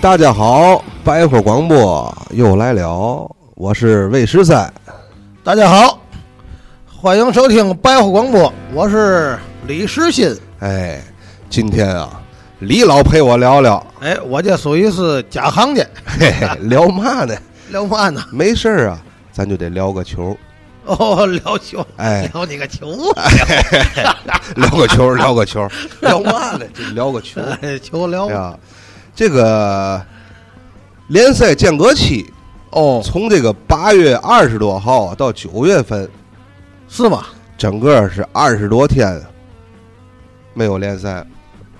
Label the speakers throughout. Speaker 1: 大家好，百货广播又来了，我是魏十三。
Speaker 2: 大家好，欢迎收听百货广播，我是李时新。
Speaker 1: 哎，今天啊，李老陪我聊聊，
Speaker 2: 哎，我这属于是假行家，
Speaker 1: 嘿嘿，聊嘛呢？
Speaker 2: 聊嘛呢？
Speaker 1: 没事儿啊，咱就得聊个球，
Speaker 2: 哦，聊球，
Speaker 1: 哎
Speaker 2: 聊你个球，啊
Speaker 1: 聊个球，聊个球，聊嘛呢？就聊个 球
Speaker 2: 哎，球聊
Speaker 1: 哎呀。这个联赛间隔期，
Speaker 2: 哦，
Speaker 1: 从这个八月二十多号啊到九月份，
Speaker 2: 是吗？
Speaker 1: 整个是二十多天没有联赛。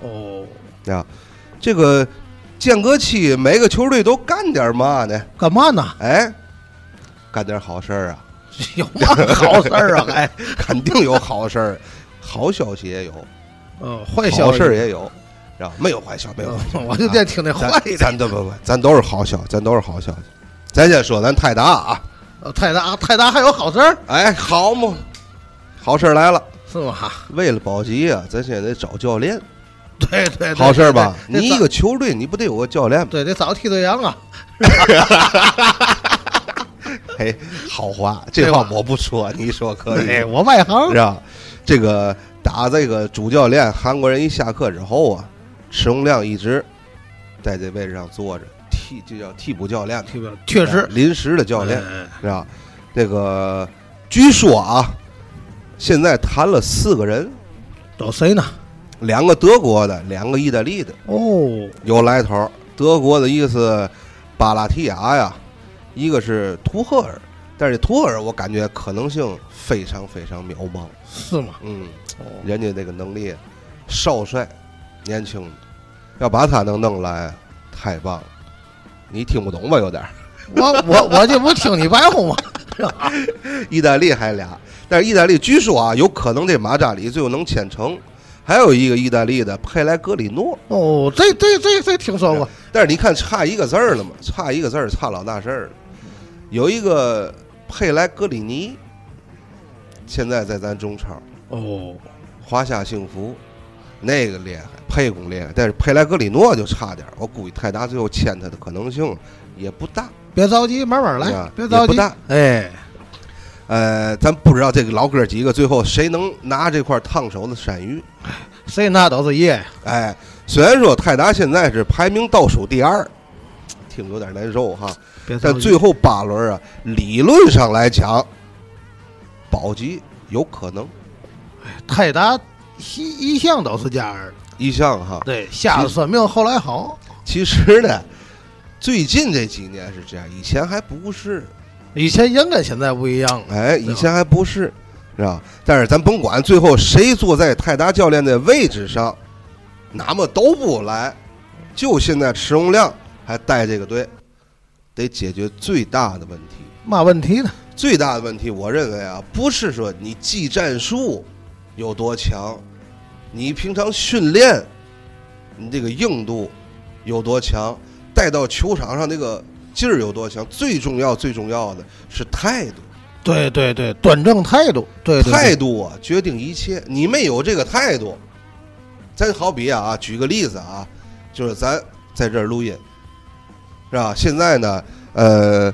Speaker 2: 哦，
Speaker 1: 啊，这个间隔期每个球队都干点嘛呢？
Speaker 2: 干嘛呢？
Speaker 1: 哎，干点好事儿啊，
Speaker 2: 有嘛好事 儿啊？哎，
Speaker 1: 肯定有好事儿，好消息也有，
Speaker 2: 嗯，坏消
Speaker 1: 好
Speaker 2: 息
Speaker 1: 事儿也有，知道没有坏消息，没有坏消息。
Speaker 2: 嗯我就在听那坏
Speaker 1: 咱
Speaker 2: 的，
Speaker 1: 咱都不不，咱都是好消息，咱都是好消息。咱先说咱泰达啊，
Speaker 2: 呃泰达泰达还有好事儿
Speaker 1: 哎，好嘛，好事儿来了。
Speaker 2: 是吗？
Speaker 1: 为了保级啊，咱现在得找教练，
Speaker 2: 对对，对
Speaker 1: 好事儿吧？
Speaker 2: 对
Speaker 1: 你一个球队，你不得有个教练吗？
Speaker 2: 对得找替罪羊啊，
Speaker 1: 嘿，好话，这
Speaker 2: 对
Speaker 1: 话
Speaker 2: 吧
Speaker 1: 我不说，你说可以。
Speaker 2: 哎，我外 行
Speaker 1: 是吧？这个打这个主教练韩国人一下课之后啊，池洪亮一直在这位置上坐着，替就叫替补教练，
Speaker 2: 替不了，确实
Speaker 1: 临时的教练，
Speaker 2: 哎
Speaker 1: 是吧？这个据说啊，现在谈了四个人，
Speaker 2: 找谁呢？
Speaker 1: 两个德国的，两个意大利的，
Speaker 2: 哦，
Speaker 1: 有来头儿。德国的意思，巴拉提亚呀，一个是图赫尔，但是图赫尔我感觉可能性非常非常渺茫，
Speaker 2: 是吗？
Speaker 1: 嗯。
Speaker 2: 哦，
Speaker 1: 人家那个能力，少帅，年轻，要把他能弄来，太棒了。你听不懂吧？有点儿。
Speaker 2: 我我我这不听你白话吗？
Speaker 1: 意大利还俩，但是意大利据说啊，有可能这马扎里最后能签成，还有一个意大利的佩莱格里诺。
Speaker 2: 哦，这这这这听说过，
Speaker 1: 但是你看，差一个字儿了嘛，差一个字儿，差老大事儿了。有一个佩莱格里尼，现在在咱中超，
Speaker 2: 哦，
Speaker 1: 华夏幸福，那个厉害，沛公厉害，但是佩莱格里诺就差点儿，我估计泰达最后签他的可能性也不大。
Speaker 2: 别着急，慢慢
Speaker 1: 对
Speaker 2: 来
Speaker 1: 啊，
Speaker 2: 别着
Speaker 1: 也不
Speaker 2: 急
Speaker 1: 大。
Speaker 2: 哎，
Speaker 1: 呃，咱不知道这个老哥几个最后谁能拿这块烫手的山芋。
Speaker 2: 谁拿都是爷。
Speaker 1: 哎，虽然说泰达现在是排名倒数第二，听着有点难受哈，
Speaker 2: 别着
Speaker 1: 但
Speaker 2: 急
Speaker 1: 最后八轮啊，理论上来讲，保级有可能。
Speaker 2: 泰达一一向都是这样儿的，
Speaker 1: 一向哈，
Speaker 2: 对，下了算命后来好，
Speaker 1: 其实呢，最近这几年是这样，以前还不是。
Speaker 2: 以前人跟现在不一样了。
Speaker 1: 哎，以
Speaker 2: 吧
Speaker 1: 前还不是，是吧？但是咱甭管最后谁坐在泰达教练的位置上，哪么都不来，就现在池洪亮还带这个队，得解决最大的问题。
Speaker 2: 嘛问题呢？
Speaker 1: 最大的问题，我认为啊，不是说你技战术有多强，你平常训练，你这个硬度有多强，带到球场上那个劲儿有多强，最重要最重要的是态度。
Speaker 2: 对对对，端正态度，对对
Speaker 1: 态
Speaker 2: 对，
Speaker 1: 度啊，决定一切。你没有这个态度，咱好比啊，举个例子啊，就是咱在这儿录音，是吧？现在呢，呃，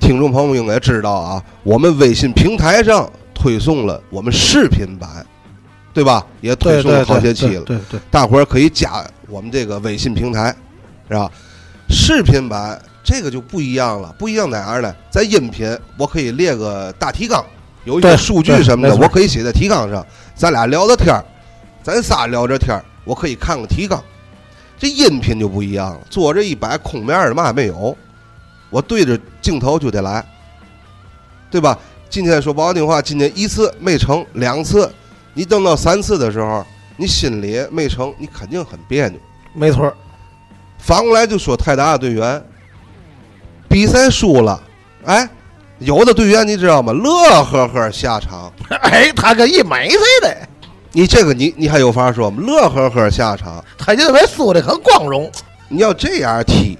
Speaker 1: 听众朋友们应该知道啊，我们微信平台上推送了我们视频版，对吧？也推
Speaker 2: 对
Speaker 1: 送
Speaker 2: 对
Speaker 1: 了好些
Speaker 2: 对
Speaker 1: 期了。
Speaker 2: 对对对，
Speaker 1: 大伙儿可以加我们这个微信平台，是吧？视频版这个就不一样了，不一样在哪儿呢？在音频，我可以列个大提纲，有一些
Speaker 2: 对
Speaker 1: 数据什么的，
Speaker 2: 对没错
Speaker 1: 我可以写在提纲上。咱俩聊着天儿，咱仨聊着天儿，我可以看个提纲。这音频就不一样了，坐这一摆空面儿的嘛也没有，我对着镜头就得来，对吧？今天说不好听话，今天一次没成，两次，你等到三次的时候，你心里没成，你肯定很别扭。
Speaker 2: 没错儿，
Speaker 1: 反过来就说泰达的队员，比赛输了，哎，有的队员你知道吗？乐呵呵下场，
Speaker 2: 哎，他跟一美似的，
Speaker 1: 你这个你你还有法说吗？乐呵呵下场，
Speaker 2: 他认为输的很光荣，
Speaker 1: 你要这样踢，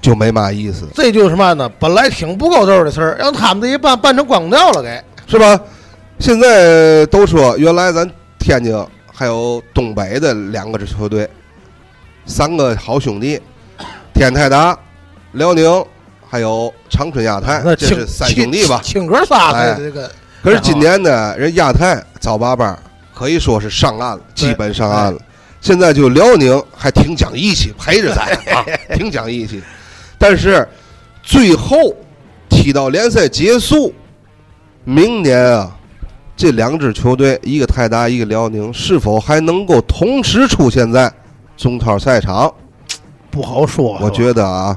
Speaker 1: 就没嘛意思，
Speaker 2: 这就是嘛呢？本来挺不够揍的事儿，让他们这一办办成光掉了，给。
Speaker 1: 是吧？现在都说原来咱天津还有东北的两个球队，三个好兄弟，天泰达、辽宁还有长春亚泰，
Speaker 2: 那
Speaker 1: 哎这
Speaker 2: 请
Speaker 1: 是三兄弟吧？
Speaker 2: 请请哥仨
Speaker 1: 哎
Speaker 2: 的这个
Speaker 1: 可是今年呢，人亚太早八班可以说是上岸了，基本上岸了。现在就辽宁还挺讲义气，陪着咱啊，挺讲义气。但是最后踢到联赛结束，明年啊，这两支球队，一个泰达，一个辽宁，是否还能够同时出现在中超赛场？
Speaker 2: 不好说。
Speaker 1: 我觉得啊，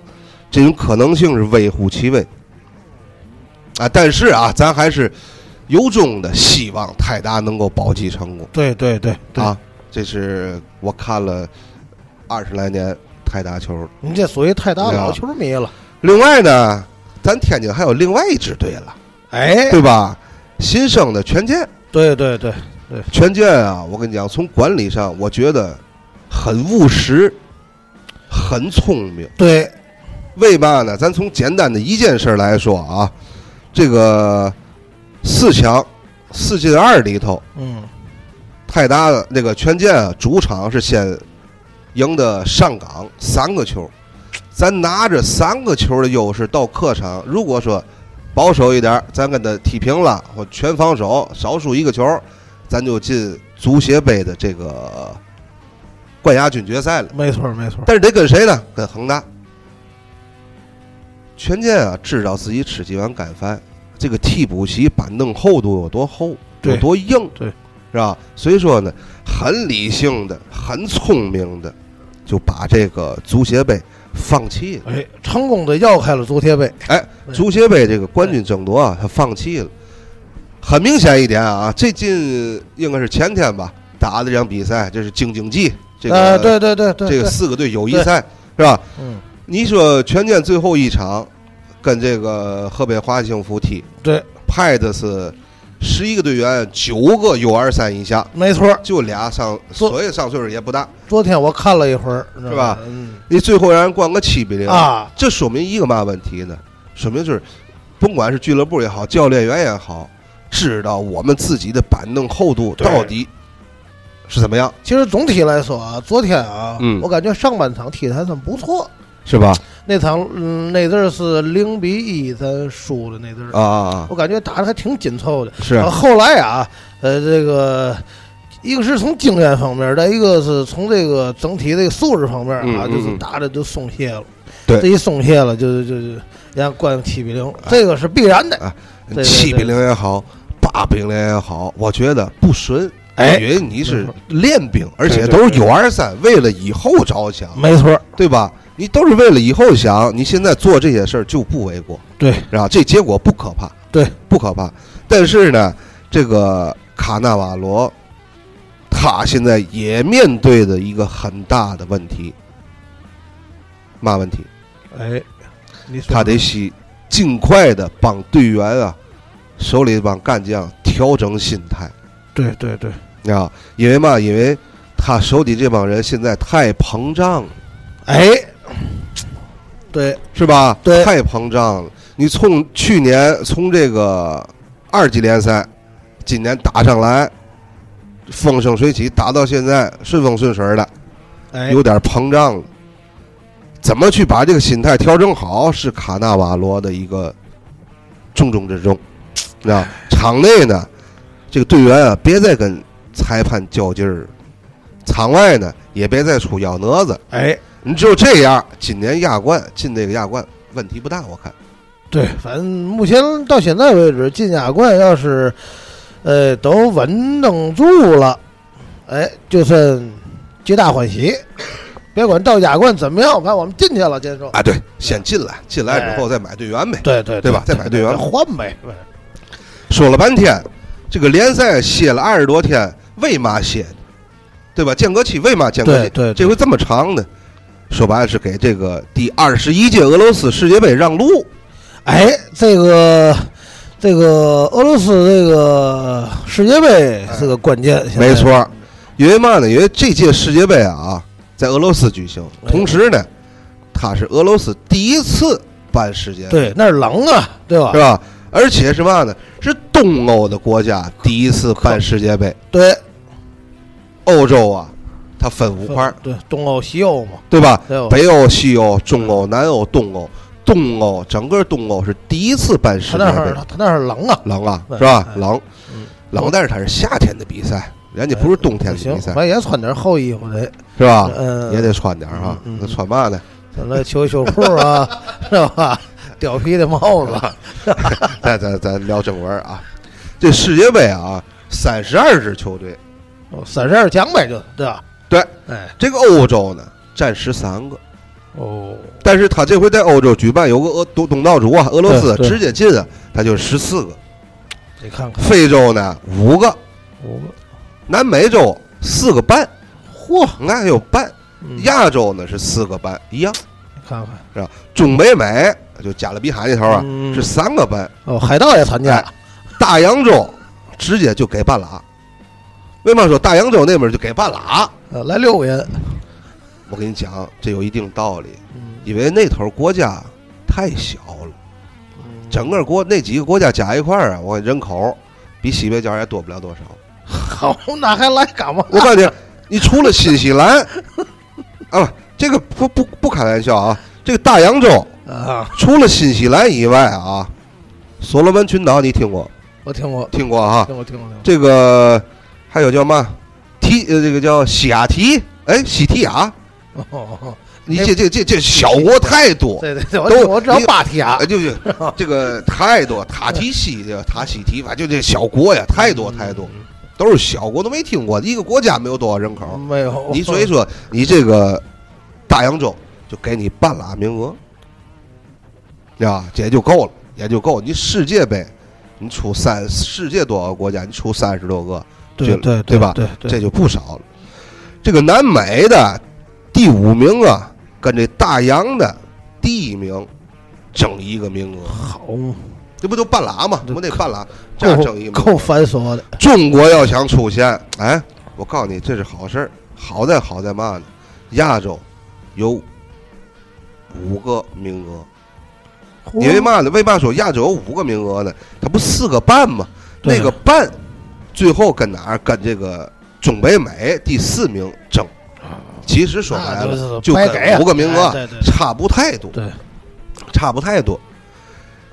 Speaker 1: 这种可能性是微乎其微啊。但是啊，咱还是由衷的希望泰达能够保级成功
Speaker 2: 对对对对，
Speaker 1: 啊。这是我看了二十来年泰达球。
Speaker 2: 你这属于太大
Speaker 1: 对啊
Speaker 2: 老球迷了。
Speaker 1: 另外呢，咱天津还有另外一支队了，
Speaker 2: 哎，
Speaker 1: 对吧？新生的权健，
Speaker 2: 对对对，
Speaker 1: 权健啊，我跟你讲，从管理上我觉得很务实，很聪明。
Speaker 2: 对，
Speaker 1: 为嘛呢？咱从简单的一件事儿来说啊，这个四强四进二里头，
Speaker 2: 嗯，
Speaker 1: 泰达的那个权健啊，主场是先赢的上港三个球，咱拿着三个球的优势到客场，如果说保守一点儿，咱跟他踢平了或全防守少输一个球，咱就进足协杯的这个冠亚军决赛了。
Speaker 2: 没错没错。
Speaker 1: 但是得跟谁呢？跟恒大。权健啊，知道自己吃几碗干饭，这个替补席板凳厚度有多厚，
Speaker 2: 对
Speaker 1: 有多硬，
Speaker 2: 对
Speaker 1: 是吧？所以说呢，很理性的，很聪明的，就把这个足协杯放弃了。
Speaker 2: 哎，成功的要开了足协杯。
Speaker 1: 哎，
Speaker 2: 对
Speaker 1: 足协杯这个冠军争夺啊，他放弃了。很明显一点啊，最近应该是前天吧打的这场比赛，这是京津冀这个、
Speaker 2: 呃，对对对对，
Speaker 1: 这个
Speaker 2: 对
Speaker 1: 四个队友谊
Speaker 2: 对
Speaker 1: 赛是吧？
Speaker 2: 嗯，
Speaker 1: 你说权健最后一场跟这个河北华兴服踢，
Speaker 2: 对，
Speaker 1: 派的是十一个队员，九个 U 二三以下，
Speaker 2: 没错。
Speaker 1: 就俩上，
Speaker 2: 做
Speaker 1: 所以上岁数也不大。
Speaker 2: 昨天我看了一会儿，知道
Speaker 1: 是吧
Speaker 2: 嗯
Speaker 1: 你最后让人灌个七比零，
Speaker 2: 啊，
Speaker 1: 这说明一个嘛问题呢？说明就是，甭管是俱乐部也好，教练员也好，知道我们自己的板凳厚度
Speaker 2: 对
Speaker 1: 到底是怎么样，
Speaker 2: 其实总体来说啊，昨天啊，
Speaker 1: 嗯
Speaker 2: 我感觉上半场踢的还算不错。
Speaker 1: 是吧？
Speaker 2: 那场嗯，那阵儿是零比一咱输的那阵儿，
Speaker 1: 啊啊啊，
Speaker 2: 我感觉打的还挺紧凑的。
Speaker 1: 是
Speaker 2: 呃后来啊，呃，这个一个是从经验方面，再一个是从这个整体这个素质方面啊，
Speaker 1: 嗯嗯
Speaker 2: 就是
Speaker 1: 嗯
Speaker 2: 打的就松懈了。
Speaker 1: 对啊
Speaker 2: 这一松懈了，就就就让灌七比零，这个是必然的。对对对
Speaker 1: 七比零也好，八比零也好，我觉得不纯。
Speaker 2: 哎
Speaker 1: 因为你是
Speaker 2: 没错
Speaker 1: 练兵，而且
Speaker 2: 对
Speaker 1: 都
Speaker 2: 对嗯
Speaker 1: 是 U 二三，为了以后着想，
Speaker 2: 没错，
Speaker 1: 对吧？你都是为了以后想，你现在做这些事儿就不为过，
Speaker 2: 对，
Speaker 1: 是吧？这结果不可怕，
Speaker 2: 对，
Speaker 1: 不可怕。但是呢，这个卡纳瓦罗，他现在也面对着一个很大的问题，嘛问题？
Speaker 2: 哎，你说
Speaker 1: 他得希尽快的帮队员啊，手里这帮干将调整心态
Speaker 2: 对对对，
Speaker 1: 啊，因为嘛，因为他手底这帮人现在太膨胀了，
Speaker 2: 哎，对，
Speaker 1: 是吧？
Speaker 2: 对
Speaker 1: 太膨胀了。你从去年从这个二级联赛，今年打上来，风生水起，打到现在顺风顺水的，
Speaker 2: 哎，
Speaker 1: 有点膨胀了。怎么去把这个心态调整好，是卡纳瓦罗的一个重中之重。啊，场内呢，这个队员啊，别再跟裁判较劲儿；场外呢，也别再出幺蛾子。
Speaker 2: 哎，
Speaker 1: 你只有这样，今年亚冠进这个亚冠问题不大，我看。
Speaker 2: 对，反正目前到现在为止，进亚冠要是呃都稳当住了，哎，就算皆大欢 喜。别管到亚冠怎么样，反正我们进去了，先说。
Speaker 1: 啊，对，哎先进来，进来之后再买队员呗。
Speaker 2: 对对
Speaker 1: 对吧再买队员
Speaker 2: 对换呗。
Speaker 1: 说了半天，这个联赛歇了二十多天，为嘛歇？对吧？间隔期为嘛间隔期？
Speaker 2: 对对对
Speaker 1: 这回这么长呢，说白了是给这个第二十一届俄罗斯世界杯让路。
Speaker 2: 哎，这个这个俄罗斯这个世界杯是个关键，现在
Speaker 1: 没错，因为嘛呢？因为这届世界杯啊，在俄罗斯举行，
Speaker 2: 哎
Speaker 1: 同时呢，它是俄罗斯第一次办世界杯，
Speaker 2: 对，那是冷啊，对吧
Speaker 1: 是？吧？而且是嘛呢？是东欧的国家第一次办世界杯，
Speaker 2: 对，
Speaker 1: 欧洲啊，它分五块儿，
Speaker 2: 对，东欧、西欧嘛，
Speaker 1: 对吧？
Speaker 2: 对吧？
Speaker 1: 北欧、西欧、中欧、南欧、东欧，东欧哦整个东欧是第一次办世界
Speaker 2: 他那
Speaker 1: 杯
Speaker 2: 儿，他那儿冷啊，
Speaker 1: 冷啊，
Speaker 2: 对
Speaker 1: 是吧？
Speaker 2: 哎
Speaker 1: 冷
Speaker 2: 嗯，
Speaker 1: 冷，但是它是夏天的比赛，人家不是冬天的
Speaker 2: 哎行
Speaker 1: 比，赛，
Speaker 2: 咱也穿点厚衣服得，
Speaker 1: 是吧？
Speaker 2: 嗯，
Speaker 1: 也得穿点儿啊
Speaker 2: 嗯嗯，
Speaker 1: 那穿嘛呢？
Speaker 2: 咱那秋衣秋裤 啊，是吧？貂皮的帽子，
Speaker 1: 咱咱咱聊正文儿啊，这世界杯啊，三十二支球队，
Speaker 2: 三十二强呗，就对吧？
Speaker 1: 对，
Speaker 2: 哎，
Speaker 1: 这个欧洲呢占十三个，
Speaker 2: 哦，
Speaker 1: 但是他这回在欧洲举办有个俄东东道主啊，俄罗斯
Speaker 2: 对对
Speaker 1: 直接进啊，他就十四个；
Speaker 2: 你看看，
Speaker 1: 非洲呢五个，
Speaker 2: 我
Speaker 1: 南美洲四个半，
Speaker 2: 嚯，
Speaker 1: 那有半；
Speaker 2: 嗯
Speaker 1: 亚洲呢是四个半，一样。
Speaker 2: 你看看，
Speaker 1: 中北美就加勒比海那头啊
Speaker 2: 嗯
Speaker 1: 是三个半，
Speaker 2: 哦，海盗也参加
Speaker 1: 哎，大洋洲直接就给半拉。为嘛说大洋洲那边就给半拉？
Speaker 2: 呃来六个人，
Speaker 1: 我跟你讲，这有一定道理，
Speaker 2: 嗯
Speaker 1: 因为那头国家太小了，整个国那几个国家加一块儿啊，我人口比西北角也多不了多少。
Speaker 2: 好，那还来干嘛？
Speaker 1: 我告诉你，你除了新西兰，啊，不，这个不不不开玩笑啊，这个大洋洲
Speaker 2: 啊，
Speaker 1: 除了新西兰以外啊，所罗门群岛你听过
Speaker 2: 我听过，
Speaker 1: 听过啊？
Speaker 2: 听过，听过，听过，
Speaker 1: 这个还有叫嘛提呃，这个叫西雅提，哎，西提亚，
Speaker 2: 哦哦哦，
Speaker 1: 你
Speaker 2: 哎
Speaker 1: 这这这这小国太多，
Speaker 2: 对对对，我
Speaker 1: 都
Speaker 2: 我知道啊
Speaker 1: 你
Speaker 2: 芭提雅
Speaker 1: 哎，，就是这个太多塔提西这塔西提，反正就这小国呀，太多太
Speaker 2: 嗯
Speaker 1: 多，都是小国，都没听过，一个国家没有多少人口。
Speaker 2: 没有，
Speaker 1: 你所以说，你这个大洋洲就给你半拉名额，啊，这也就够了，也就够。你世界杯，你出三世界多少国家？你出三十多个，
Speaker 2: 对对
Speaker 1: 对吧
Speaker 2: 对对，
Speaker 1: 这就不少了。这个南美的第五名啊，跟这大洋的第一名争一个名额。
Speaker 2: 好，
Speaker 1: 这不就半拉嘛，
Speaker 2: 这
Speaker 1: 不得半拉这样
Speaker 2: 够
Speaker 1: 正义吗？
Speaker 2: 够繁琐的，
Speaker 1: 中国要想出现，哎，我告诉你，这是好事儿。好在好在嘛呢？亚洲有五个名额，因为嘛呢？为嘛说亚洲有五个名额呢？它不四个半吗？
Speaker 2: 对
Speaker 1: 那个半最后跟哪儿？跟这个中北美第四名争。其实说白了，
Speaker 2: 了
Speaker 1: 就
Speaker 2: 白给
Speaker 1: 跟五个名额
Speaker 2: 啊对对
Speaker 1: 差不太多。
Speaker 2: 对，
Speaker 1: 差不太多。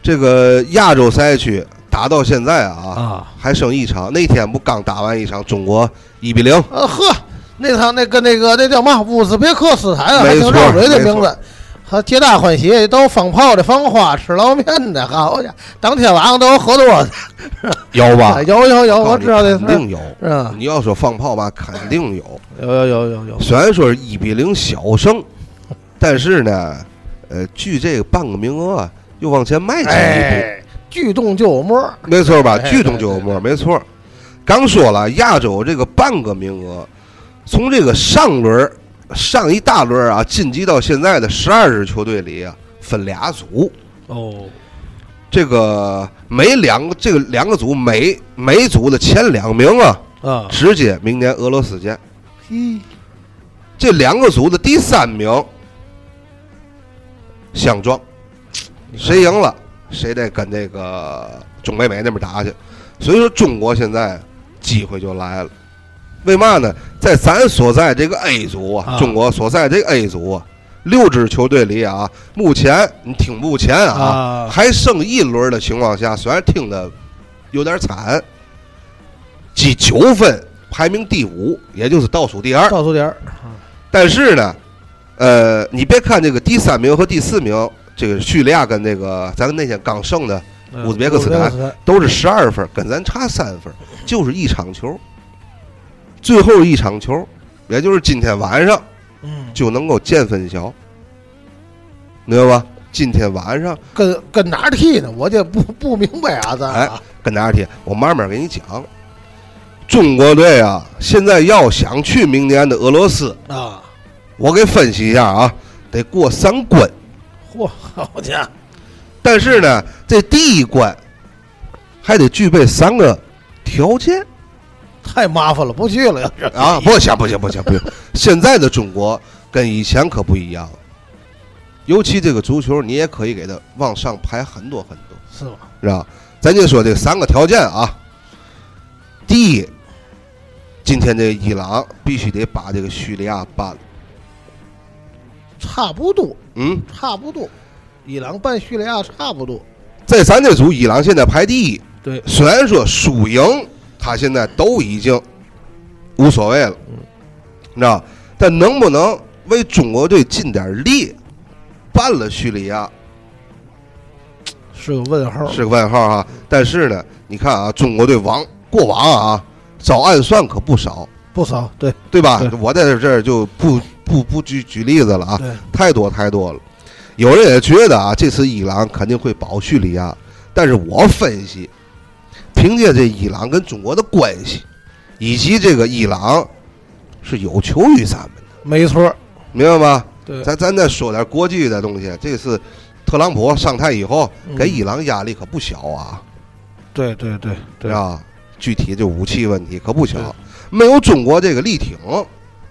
Speaker 1: 这个亚洲赛区打到现在啊，
Speaker 2: 啊，
Speaker 1: 还剩一场。那天不刚打完一场，中国一比零，
Speaker 2: 呃呵，那场那个那个那叫嘛乌兹别克斯坦啊，还
Speaker 1: 没错
Speaker 2: 挺绕嘴的
Speaker 1: 没错
Speaker 2: 名字。还皆大欢喜，都放炮的、放花、吃捞面的，好家伙！当天晚上都有好多的，？
Speaker 1: 有吧
Speaker 2: 有有有，
Speaker 1: 告
Speaker 2: 哦
Speaker 1: 诉
Speaker 2: 我
Speaker 1: 你
Speaker 2: 知道啊这事
Speaker 1: 肯
Speaker 2: 儿，
Speaker 1: 定有。嗯
Speaker 2: 是吧？
Speaker 1: 你要说放炮吧，肯定有。
Speaker 2: 有有有有有，
Speaker 1: 虽然说是一比零小胜，但是呢，呃，距这个半个名额啊，又往前迈进一步。
Speaker 2: 哎，聚动就有摸，
Speaker 1: 没错吧？
Speaker 2: 哎
Speaker 1: 聚众就有末，没错。刚说了，亚洲这个半个名额，从这个上轮儿上一大轮儿啊晋级到现在的十二支球队里啊，分俩组。
Speaker 2: 哦，
Speaker 1: 这个每两个这个两个组每每组的前两名啊，
Speaker 2: 啊，
Speaker 1: 直接明年俄罗斯见。
Speaker 2: 嘿，
Speaker 1: 这两个组的第三名相撞，谁赢了谁得跟这个中北美那边打去。所以说，中国现在机会就来了。为嘛呢？在咱所在这个 A 组啊，
Speaker 2: 啊
Speaker 1: 中国所在这个 A 组啊，六支球队里啊，目前你听目前啊，
Speaker 2: 啊，
Speaker 1: 还剩一轮的情况下，虽然听的有点惨，积九分排名第五，也就是倒数第二。
Speaker 2: 倒数啊点儿，
Speaker 1: 但是呢，呃，你别看这个第三名和第四名，这个叙利亚跟这个咱们那天刚胜的
Speaker 2: 嗯
Speaker 1: 乌兹别克斯坦
Speaker 2: 乌兹别克
Speaker 1: 都是十二分，跟咱差三分，就是一场球，最后一场球，也就是今天晚上
Speaker 2: 嗯，
Speaker 1: 就能够见分晓，明白吧？今天晚上
Speaker 2: 跟跟哪儿踢呢？我这不不明白啊，
Speaker 1: 哎
Speaker 2: 咱啊
Speaker 1: 跟大家提，我慢慢给你讲。中国队啊，现在要想去明年的俄罗斯，
Speaker 2: 啊，
Speaker 1: 我给分析一下啊，得过三关。
Speaker 2: 嚯，好家伙，
Speaker 1: 但是呢，这第一关还得具备三个条件
Speaker 2: 太麻烦了，不去了，要是
Speaker 1: 啊！不行不行不行不行！现在的中国跟以前可不一样了，尤其这个足球，你也可以给它往上排很多很多，
Speaker 2: 是吧？
Speaker 1: 是吧？咱就说这三个条件啊，第一，今天这个伊朗必须得把这个叙利亚办了。
Speaker 2: 差不多，
Speaker 1: 嗯，
Speaker 2: 差不多，伊朗办叙利亚差不多。
Speaker 1: 在咱这组，伊朗现在排第一，
Speaker 2: 对，
Speaker 1: 虽然说输赢，他现在都已经无所谓了，你知道？但能不能为中国队尽点力？办了叙利亚
Speaker 2: 是个问号。
Speaker 1: 是个问号啊，但是呢，你看啊，中国队往过往啊，找暗算可不少，
Speaker 2: 不少，对
Speaker 1: 对吧？
Speaker 2: 对
Speaker 1: 我在这儿就不不不举举例子了啊，
Speaker 2: 对，
Speaker 1: 太多太多了。有人也觉得啊，这次伊朗肯定会保叙利亚，但是我分析，凭借这伊朗跟中国的关系，以及这个伊朗是有求于咱们的，
Speaker 2: 没错，
Speaker 1: 明白吗？
Speaker 2: 对，
Speaker 1: 咱咱再说点国际的东西，这次特朗普上台以后，给伊朗压力可不小啊，
Speaker 2: 嗯对对对对
Speaker 1: 啊，具体这武器问题可不小
Speaker 2: 对，
Speaker 1: 没有中国这个力挺，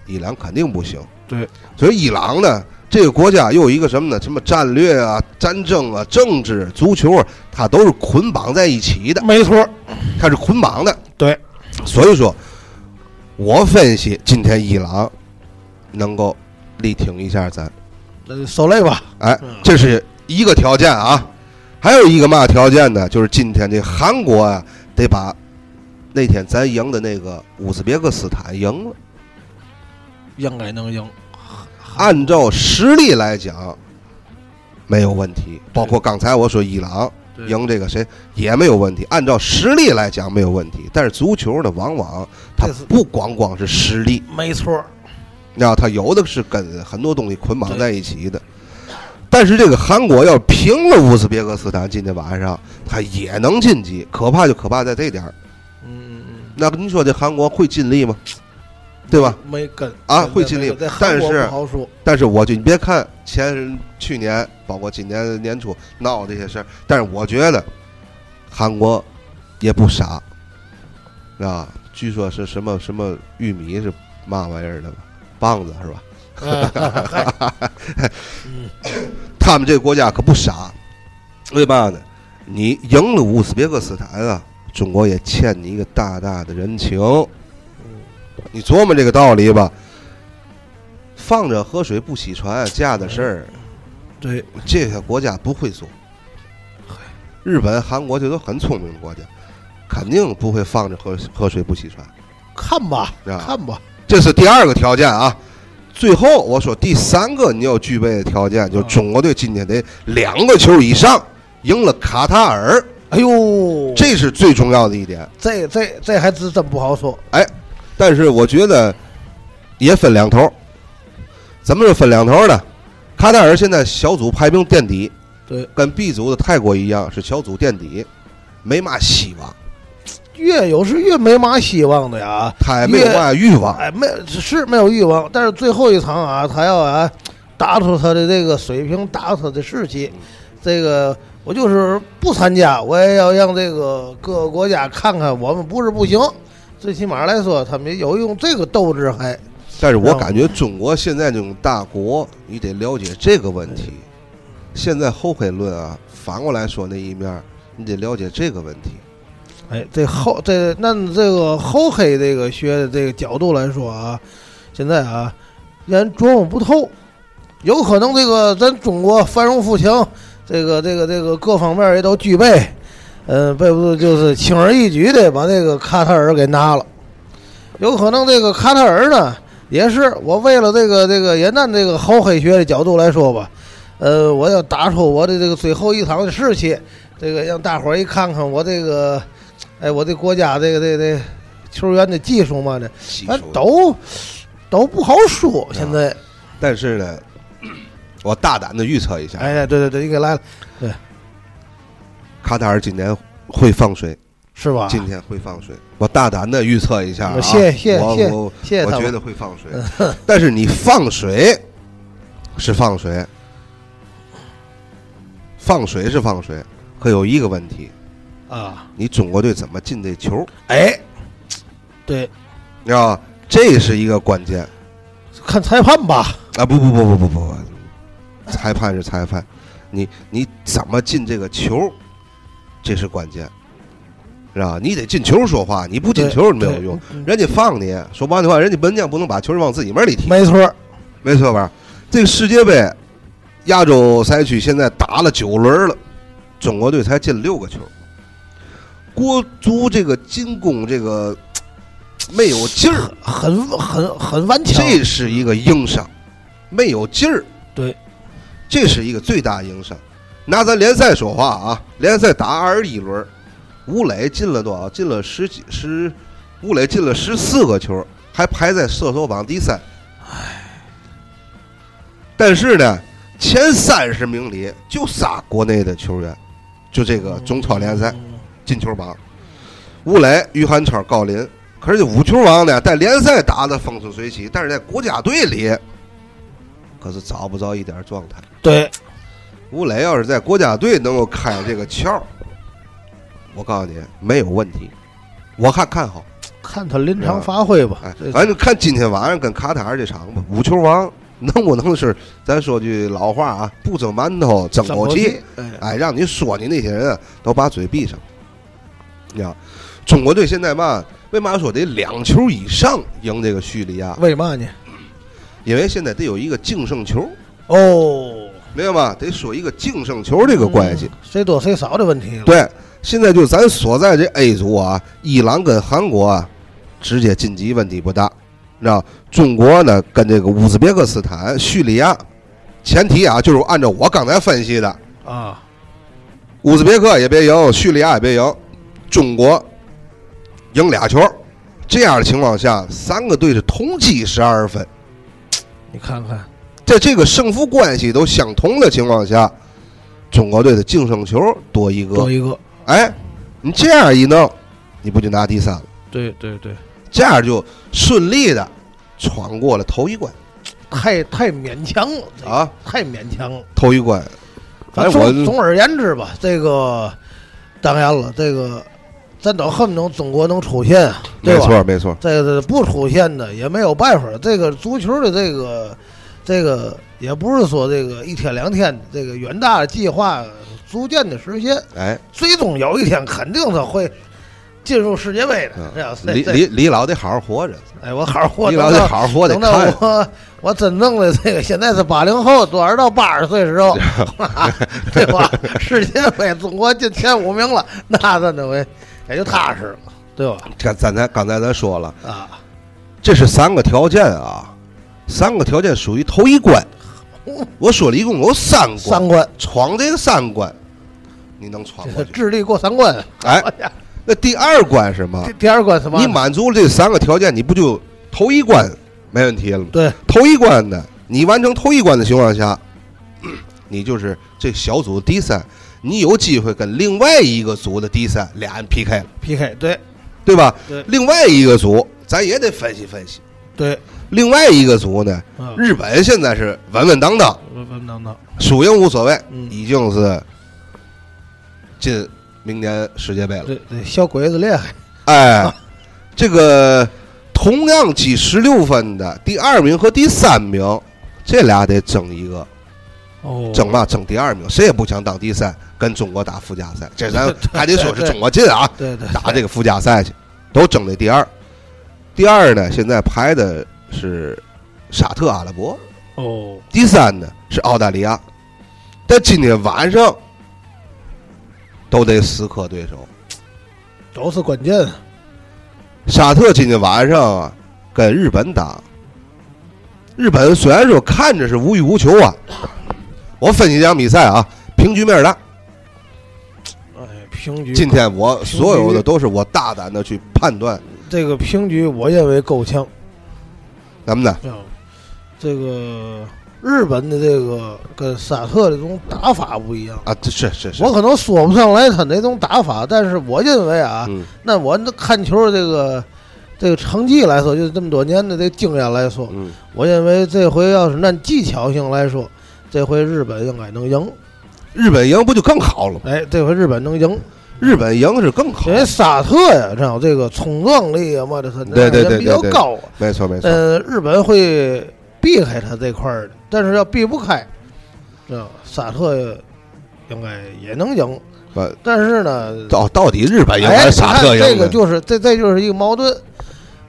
Speaker 1: 伊朗肯定不行。
Speaker 2: 对，
Speaker 1: 所以伊朗呢，这个国家又有一个什么呢？什么战略啊、战争啊、政治、足球啊，它都是捆绑在一起的，
Speaker 2: 没错，
Speaker 1: 它是捆绑的。
Speaker 2: 对，
Speaker 1: 所以说，我分析今天伊朗能够力挺一下咱，
Speaker 2: 呃，受累吧，
Speaker 1: 哎
Speaker 2: 嗯，
Speaker 1: 这是一个条件啊。还有一个嘛条件呢，就是今天这韩国啊，得把那天咱赢的那个乌兹别克斯坦赢了。
Speaker 2: 应该能赢。韩
Speaker 1: 按照实力来讲，啊没有问题。包括刚才我说伊朗
Speaker 2: 对
Speaker 1: 赢这个谁也没有问题，按照实力来讲没有问题。但是足球呢，往往它
Speaker 2: 这是
Speaker 1: 不光光是实力，
Speaker 2: 没错，
Speaker 1: 你知道，它啊有的是跟很多东西捆绑在一起的。但是这个韩国要平了乌兹别克斯坦，今天晚上他也能晋级，可怕就可怕在这点儿。
Speaker 2: 嗯嗯
Speaker 1: 那你说这韩国会尽力吗？对吧？
Speaker 2: 嗯，没跟
Speaker 1: 啊
Speaker 2: 真的
Speaker 1: 会尽力
Speaker 2: 没跟在韩
Speaker 1: 但
Speaker 2: 国
Speaker 1: 是
Speaker 2: 不好说，
Speaker 1: 但是我就你别看前去年，包括今年年初闹这些事儿，但是我觉得韩国也不傻，啊，据说是什么什么玉米是嘛玩意儿的吧，棒子是吧？
Speaker 2: 嗯，
Speaker 1: 他们这个国家可不傻，为嘛呢？你赢了乌兹别克斯坦啊，中国也欠你一个大大的人情。你琢磨这个道理吧，放着河水不洗船，家的事儿。
Speaker 2: 对，
Speaker 1: 这些国家不会做。日本、韩国这都很聪明的国家，肯定不会放着喝喝水不洗船。
Speaker 2: 看吧，
Speaker 1: 是吧
Speaker 2: 看吧，
Speaker 1: 这是第二个条件啊。最后我说第三个你要具备的条件，就是
Speaker 2: 啊
Speaker 1: 中国队今天得两个球以上赢了卡塔尔，
Speaker 2: 哎呦，
Speaker 1: 这是最重要的一点。
Speaker 2: 这这这还真真不好说，
Speaker 1: 但是我觉得也分两头儿，怎么是分两头儿呢？卡塔尔现在小组排名垫底，
Speaker 2: 对，
Speaker 1: 跟 B 组的泰国一样是小组垫底，没嘛希望。
Speaker 2: 越有是越没嘛希望的呀。
Speaker 1: 他也没有嘛欲望，
Speaker 2: 哎，没是没有欲望，但是最后一场啊，他要啊打出他的这个水平，打出他的士气，这个我就是不参加，我也要让这个各个国家看看我们不是不行，最起码来说，他们有用这个斗志还，
Speaker 1: 但是我感觉中国现在这种大国，你得了解这个问题。
Speaker 2: 哎
Speaker 1: 现在后悔论啊，反过来说那一面儿，你得了解这个问题。
Speaker 2: 哎，这后这那这个后黑这个学的这个角度来说啊，现在啊，人琢磨不透，有可能这个咱中国繁荣富强，这个这个这个各方面也都具备，嗯、背不住就是轻而易举的把这个卡塔尔给拿了，有可能这个卡塔尔呢，也是我为了这个这个也按这个后黑学的角度来说吧，呃，我要打出我的这个最后一场的士气，这个让大伙儿一看看我这个。哎，我这国家这个这这球员的技术嘛的，
Speaker 1: 技
Speaker 2: 咱
Speaker 1: 术啊
Speaker 2: 都都不好说。现在，
Speaker 1: 但是呢，我大胆的预测一下，
Speaker 2: 哎，对对对，你给来了，
Speaker 1: 卡塔尔今年会放水，
Speaker 2: 是吧？
Speaker 1: 今天会放水。我大胆的预测一下啊，
Speaker 2: 我谢谢
Speaker 1: 我
Speaker 2: 谢
Speaker 1: 我
Speaker 2: 谢谢
Speaker 1: 我
Speaker 2: 他
Speaker 1: 觉
Speaker 2: 们
Speaker 1: 得会放水，但是你放水是放水，放水是放水，可有一个问题，
Speaker 2: 啊，
Speaker 1: 你中国队怎么进这球？
Speaker 2: 哎，对，
Speaker 1: 你知道吧这是一个关键
Speaker 2: 看裁判吧，
Speaker 1: 啊！不不不不不不不，裁判是裁判，你你怎么进这个球，这是关键。是吧？你得进球说话，你不进球你没有用。
Speaker 2: 对，嗯
Speaker 1: 人家放你，说不完的话，人家门将不能把球往自己门里踢，
Speaker 2: 没错儿，
Speaker 1: 没错吧？这个世界杯亚洲赛区现在打了九轮了，中国队才进六个球。国足这个进攻这个没有劲儿，
Speaker 2: 很很很顽强。
Speaker 1: 这是一个硬伤，没有劲儿。
Speaker 2: 对，
Speaker 1: 这是一个最大硬伤。拿咱联赛说话啊，联赛打二十一轮，吴磊进了多少？进了十几十，吴磊进了十四个球，还排在射手榜第三。但是呢，前三十名里就仨国内的球员，就这个中超联赛。
Speaker 2: 嗯
Speaker 1: 进球榜，吴磊、于汉超、郜林。可是这五球王呢，在联赛打得风生水起，但是在国家队里，可是找不着一点状态。
Speaker 2: 对，
Speaker 1: 吴磊要是在国家队能够开这个窍，我告诉你没有问题，我还看好。
Speaker 2: 看他临场发挥吧
Speaker 1: 哎。
Speaker 2: 这，
Speaker 1: 反正看今天晚上跟卡塔尔这场吧，五球王能不能是？咱说句老话啊，不蒸馒头争
Speaker 2: 怎
Speaker 1: 口
Speaker 2: 么
Speaker 1: 气。
Speaker 2: 踢，哎
Speaker 1: 哎，让你说你那些人啊都把嘴闭上。你看，中国队现在嘛，为嘛说得两球以上赢这个叙利亚？
Speaker 2: 为嘛呢？
Speaker 1: 因为现在得有一个净胜球，
Speaker 2: 哦，
Speaker 1: 明白吗？得说一个净胜球这个关系。
Speaker 2: 嗯，谁多谁少的问题了。
Speaker 1: 对，现在就咱所在这 A 组啊，伊朗跟韩国啊，直接晋级问题不大。那中国呢，跟这个乌兹别克斯坦、叙利亚，前提啊，就是按照我刚才分析的，
Speaker 2: 啊，
Speaker 1: 乌兹别克也别赢，叙利亚也别赢，中国赢俩球，这样的情况下，三个队是同积十二分，
Speaker 2: 你看看，
Speaker 1: 在这个胜负关系都相同的情况下，中国队的净胜球多一个
Speaker 2: 多，一个。
Speaker 1: 哎，你这样一弄，你不就拿第三了？
Speaker 2: 对对对，
Speaker 1: 这样就顺利的闯过了头一关
Speaker 2: 太太勉强了，这个
Speaker 1: 啊，
Speaker 2: 太勉强了。
Speaker 1: 头一关，
Speaker 2: 反
Speaker 1: 哎，
Speaker 2: 正
Speaker 1: 我
Speaker 2: 总总而言之吧，这个当然了，这个咱都恨不得中国能出现啊，对
Speaker 1: 没
Speaker 2: 吧？
Speaker 1: 错没错，
Speaker 2: 这个不出现的也没有办法，这个足球的这个这个也不是说这个一天两天的，这个远大的计划逐渐的实现，
Speaker 1: 哎，
Speaker 2: 最终有一天肯定他会进入世界杯的。这样，这
Speaker 1: 嗯李
Speaker 2: 这
Speaker 1: 李李老得好好活着，
Speaker 2: 哎，我好好活
Speaker 1: 李
Speaker 2: 等
Speaker 1: 老得
Speaker 2: 到
Speaker 1: 好好活得
Speaker 2: 等到
Speaker 1: 看。
Speaker 2: 我我真正的这个现在是八零后，多少到八十岁时候，对吧？世界杯中国进前五名了，那咱那回也就踏实了，对吧？
Speaker 1: 这咱才刚才咱说了。
Speaker 2: 啊，
Speaker 1: 这是三个条件啊，三个条件属于头一 关。我说了一共有三关，
Speaker 2: 三关，
Speaker 1: 闯这个三关，你能闯过去。
Speaker 2: 智力过三关。
Speaker 1: 哎，
Speaker 2: 好家
Speaker 1: 那第二关是吗
Speaker 2: 伙，第？第二关什么？
Speaker 1: 你满足了这三个条件，你不就头一关没问题了吗？
Speaker 2: 对，
Speaker 1: 头一关的，你完成头一关的情况下， 你就是这小组第三，你有机会跟另外一个组的第三俩人 PK 了，
Speaker 2: PK，对
Speaker 1: 对吧？
Speaker 2: 对
Speaker 1: 另外一个组咱也得分析分析。
Speaker 2: 对，
Speaker 1: 另外一个组呢，
Speaker 2: 嗯，
Speaker 1: 日本现在是稳稳当当，
Speaker 2: 稳稳当当，
Speaker 1: 输赢无所谓，
Speaker 2: 嗯
Speaker 1: 已经是进明年世界杯了。
Speaker 2: 对对，小鬼子厉害，
Speaker 1: 哎，这个同样积十六分的第二名和第三名，这俩得争一个，
Speaker 2: 哦
Speaker 1: 争嘛争第二名，谁也不想当第三，跟中国打附加赛，这咱
Speaker 2: 对
Speaker 1: 还得说是中国进啊，
Speaker 2: 对对，
Speaker 1: 打这个附加赛去，都争这第二。第二呢，现在排的是沙特阿拉伯，
Speaker 2: 哦，
Speaker 1: 第三呢是澳大利亚，但今天晚上都得死磕对手。
Speaker 2: 都是关键，啊
Speaker 1: 沙特今天晚上啊跟日本打，日本虽然说看着是无欲无求啊，我分析这场比赛啊，平局面大。
Speaker 2: 哎，平局，
Speaker 1: 今天我所有的都是我大胆的去判断，
Speaker 2: 这个平局我认为够呛。
Speaker 1: 咱们呢
Speaker 2: 啊，这个日本的这个跟沙特的这种打法不一样。
Speaker 1: 啊，这是是是
Speaker 2: 我，可能说不上来他哪种打法，但是我认为啊，
Speaker 1: 嗯，
Speaker 2: 那我那看球的这个这个成绩来说，就是这么多年的这个经验来说，
Speaker 1: 嗯，
Speaker 2: 我认为这回要是按技巧性来说，这回日本应该能赢。
Speaker 1: 日本赢不就更好了吗？
Speaker 2: 哎，这回日本能赢，
Speaker 1: 日本赢是更好
Speaker 2: 因，为沙特呀，知道这个冲撞力啊嘛的，他
Speaker 1: 对对对对
Speaker 2: 比较
Speaker 1: 对
Speaker 2: 高啊。
Speaker 1: 没错没错。
Speaker 2: 呃，日本会避开他这块儿的，但是要避不开，啊，沙特应该也能赢。
Speaker 1: 把
Speaker 2: 但是呢，
Speaker 1: 呃到到底日本赢还
Speaker 2: 哎，
Speaker 1: 是
Speaker 2: 你
Speaker 1: 沙特
Speaker 2: 看
Speaker 1: 赢呢？
Speaker 2: 这个就是这这就是一个矛盾，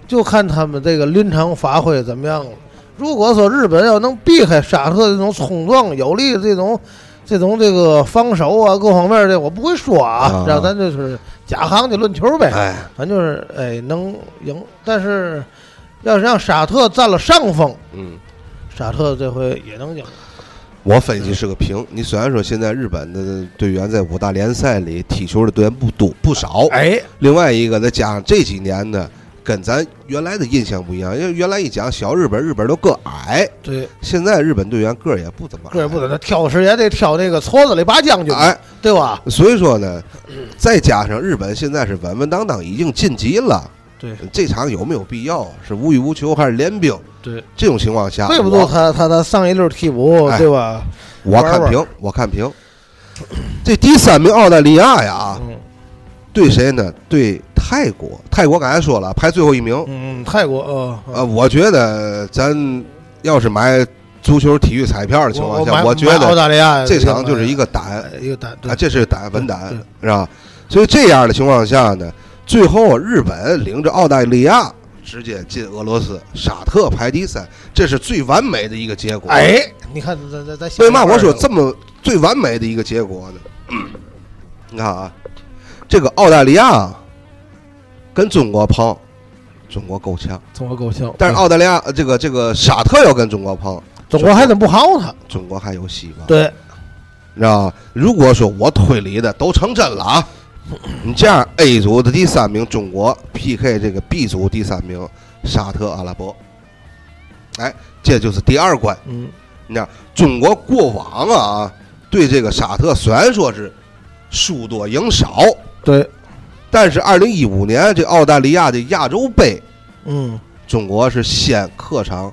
Speaker 2: 就看他们这个临场发挥怎么样了。如果说日本要能避开沙特这种冲撞有力的这种这种这个防守啊各方面的，我不会说啊
Speaker 1: 啊，
Speaker 2: 让咱就是假行的论球呗。
Speaker 1: 哎，
Speaker 2: 反正就是哎能赢，但是要是让沙特占了上风，
Speaker 1: 嗯，
Speaker 2: 沙特这回也能赢。
Speaker 1: 我分析是个
Speaker 2: 嗯
Speaker 1: 平。你虽然说现在日本的队员在五大联赛里踢球的队员不多不少，
Speaker 2: 哎，
Speaker 1: 另外一个再加上这几年呢，跟咱原来的印象不一样，因为原来一讲小日本，日本都个矮，
Speaker 2: 对，
Speaker 1: 现在日本队员个儿也不怎么矮，
Speaker 2: 这也不能挑食，也得挑那个矬子里拔将军，
Speaker 1: 哎，
Speaker 2: 对吧？
Speaker 1: 所以说呢，再加上日本现在是稳稳当当已经晋级了，
Speaker 2: 对
Speaker 1: 这场有没有必要是无欲无求还是联兵？
Speaker 2: 对，
Speaker 1: 这种情况下，
Speaker 2: 怪不
Speaker 1: 啊我
Speaker 2: 得他他他上一溜替补，
Speaker 1: 哎
Speaker 2: 对吧？
Speaker 1: 我
Speaker 2: 玩
Speaker 1: 看
Speaker 2: 玩
Speaker 1: 平，我看平。这第三名澳大利亚呀啊，
Speaker 2: 嗯
Speaker 1: 对谁呢？对泰国，泰国刚才说了排最后一名。
Speaker 2: 嗯，泰国呃
Speaker 1: 呃，我觉得咱要是买足球体育彩票的情况下，
Speaker 2: 买
Speaker 1: 我觉
Speaker 2: 买澳
Speaker 1: 得
Speaker 2: 大利亚
Speaker 1: 这场就是一个胆
Speaker 2: 哎一个单，对
Speaker 1: 啊，这是胆稳胆
Speaker 2: 对对
Speaker 1: 是吧？所以这样的情况下呢，最后日本领着澳大利亚直接进俄罗斯，沙特排第三，这是最完美的一个结果。
Speaker 2: 哎，你看咱咱咱
Speaker 1: 为嘛我说这么最完美的一个结果呢？ 你看啊，这个澳大利亚跟中国碰，中国够呛；
Speaker 2: 中国够呛，嗯
Speaker 1: 但是澳大利亚呃这个这个沙特要跟中国碰，
Speaker 2: 中国还怎么不薅他？
Speaker 1: 中国还有希望，
Speaker 2: 对，
Speaker 1: 你知道吧？如果说我推理的都成真了啊，你这样 A 组的第三名中国 PK 这个 B 组第三名沙特阿拉伯，哎，这就是第二关。
Speaker 2: 嗯，
Speaker 1: 中国过往啊，对这个沙特虽然说是输多赢少，
Speaker 2: 对，
Speaker 1: 但是二零一五年这澳大利亚的亚洲杯，
Speaker 2: 嗯，
Speaker 1: 中国是先客场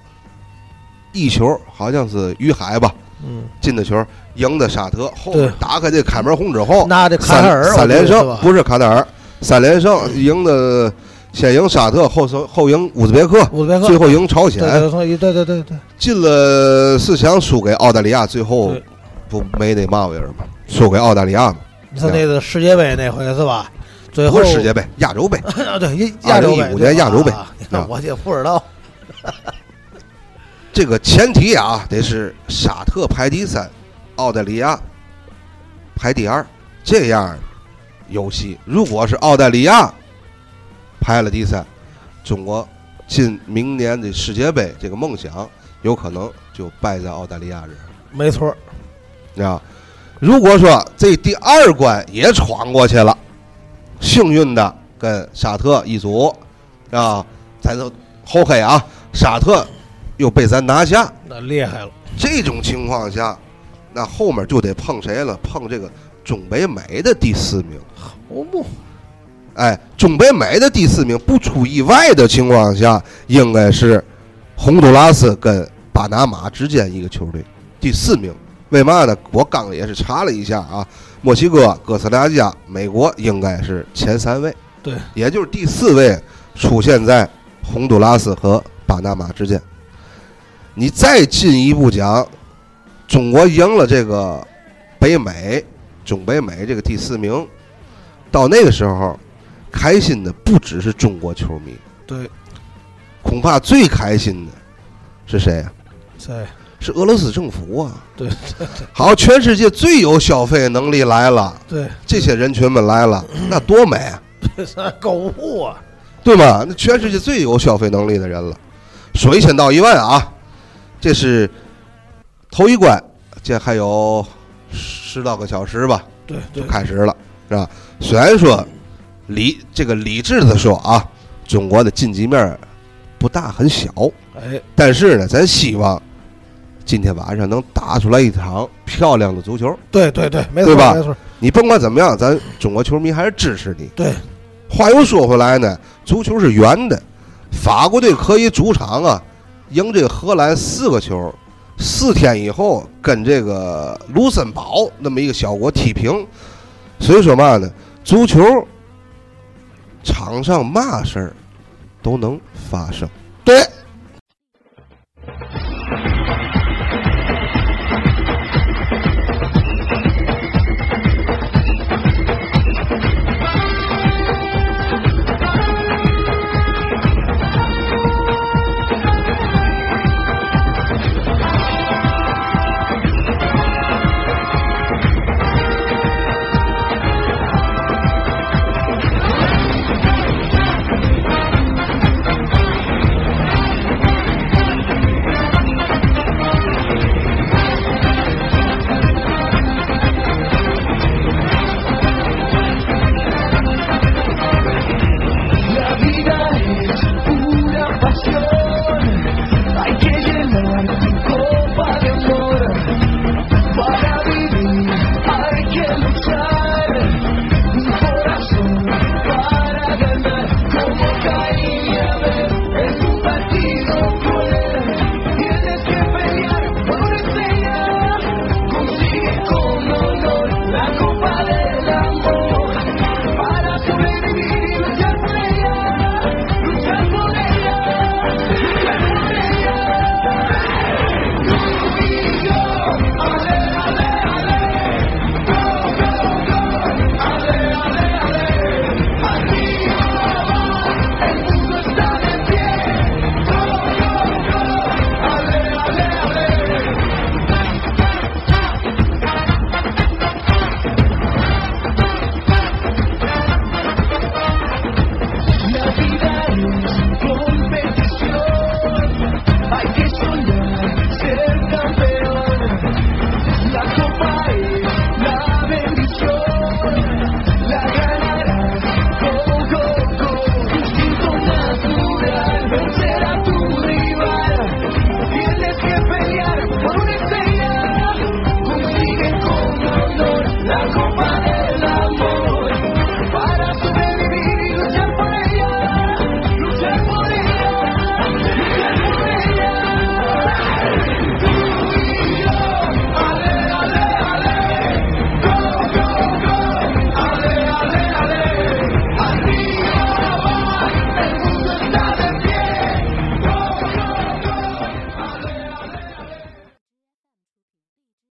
Speaker 1: 一球，好像是于海吧
Speaker 2: 嗯，
Speaker 1: 进的球，赢的沙特，后
Speaker 2: 对
Speaker 1: 打开这开门红之后，
Speaker 2: 那这卡
Speaker 1: 三
Speaker 2: 塔尔
Speaker 1: 哦三连
Speaker 2: 我觉得
Speaker 1: 胜
Speaker 2: 吧
Speaker 1: 不是卡塔尔，三连胜赢的先赢沙特，后手后赢乌兹别克，
Speaker 2: 乌兹别克
Speaker 1: 最后赢朝鲜，
Speaker 2: 对对对对对对，
Speaker 1: 进了四强输给澳大利亚，最后
Speaker 2: 对
Speaker 1: 不没那嘛玩意儿吗？输给澳大利亚嘛，
Speaker 2: 你说那个世界杯那回是吧？最后
Speaker 1: 不是世界杯，亚洲杯。
Speaker 2: 啊， 对亚亚洲杯，
Speaker 1: 2015年亚洲杯嗯
Speaker 2: 对吧，你看我也不知道，
Speaker 1: 这个前提啊，得是沙特排第三，澳大利亚排第二，这样有戏。如果是澳大利亚排了第三，中国进明年的世界杯这个梦想有可能就败在澳大利亚人，
Speaker 2: 没错儿，
Speaker 1: 你知道？啊如果说这第二关也闯过去了，幸运的跟沙特一组，啊，咱都后黑啊，沙特又被咱拿下，
Speaker 2: 那厉害了，
Speaker 1: 这种情况下，那后面就得碰谁了？碰这个中北美的第四名。
Speaker 2: 我不
Speaker 1: 哎，中北美的第四名，不出意外的情况下，应该是洪都拉斯跟巴拿马之间一个球队第四名。为嘛呢？我刚也是查了一下啊，墨西哥、哥斯达黎加、美国应该是前三位，
Speaker 2: 对，
Speaker 1: 也就是第四位出现在洪都拉斯和巴拿马之间。你再进一步讲，中国赢了这个北美、中北美这个第四名，到那个时候，开心的不只是中国球迷，
Speaker 2: 对，
Speaker 1: 恐怕最开心的是谁啊？
Speaker 2: 对
Speaker 1: 是俄罗斯政府啊！
Speaker 2: 对
Speaker 1: 好，全世界最有消费能力来了，
Speaker 2: 对
Speaker 1: 这些人群们来了，那多美啊，
Speaker 2: 对，咱购物啊，
Speaker 1: 对吗？那全世界最有消费能力的人了。说一千道一万啊，这是头一关，这还有十到个小时吧，
Speaker 2: 对对
Speaker 1: 就，开始了，是吧？虽然说理这个理智的说啊，中国的晋级面儿不大很小，
Speaker 2: 哎，
Speaker 1: 但是呢，咱希望今天晚上能打出来一场漂亮的足球。
Speaker 2: 对对对，没错
Speaker 1: 对吧
Speaker 2: 没错，
Speaker 1: 你甭管怎么样，咱中国球迷还是支持你。
Speaker 2: 对
Speaker 1: 话又说回来呢，足球是圆的，法国队可以主场啊赢这个荷兰四个球，四天以后跟这个卢森堡那么一个小国踢平，所以说嘛呢，足球场上嘛事儿都能发生。
Speaker 2: 对，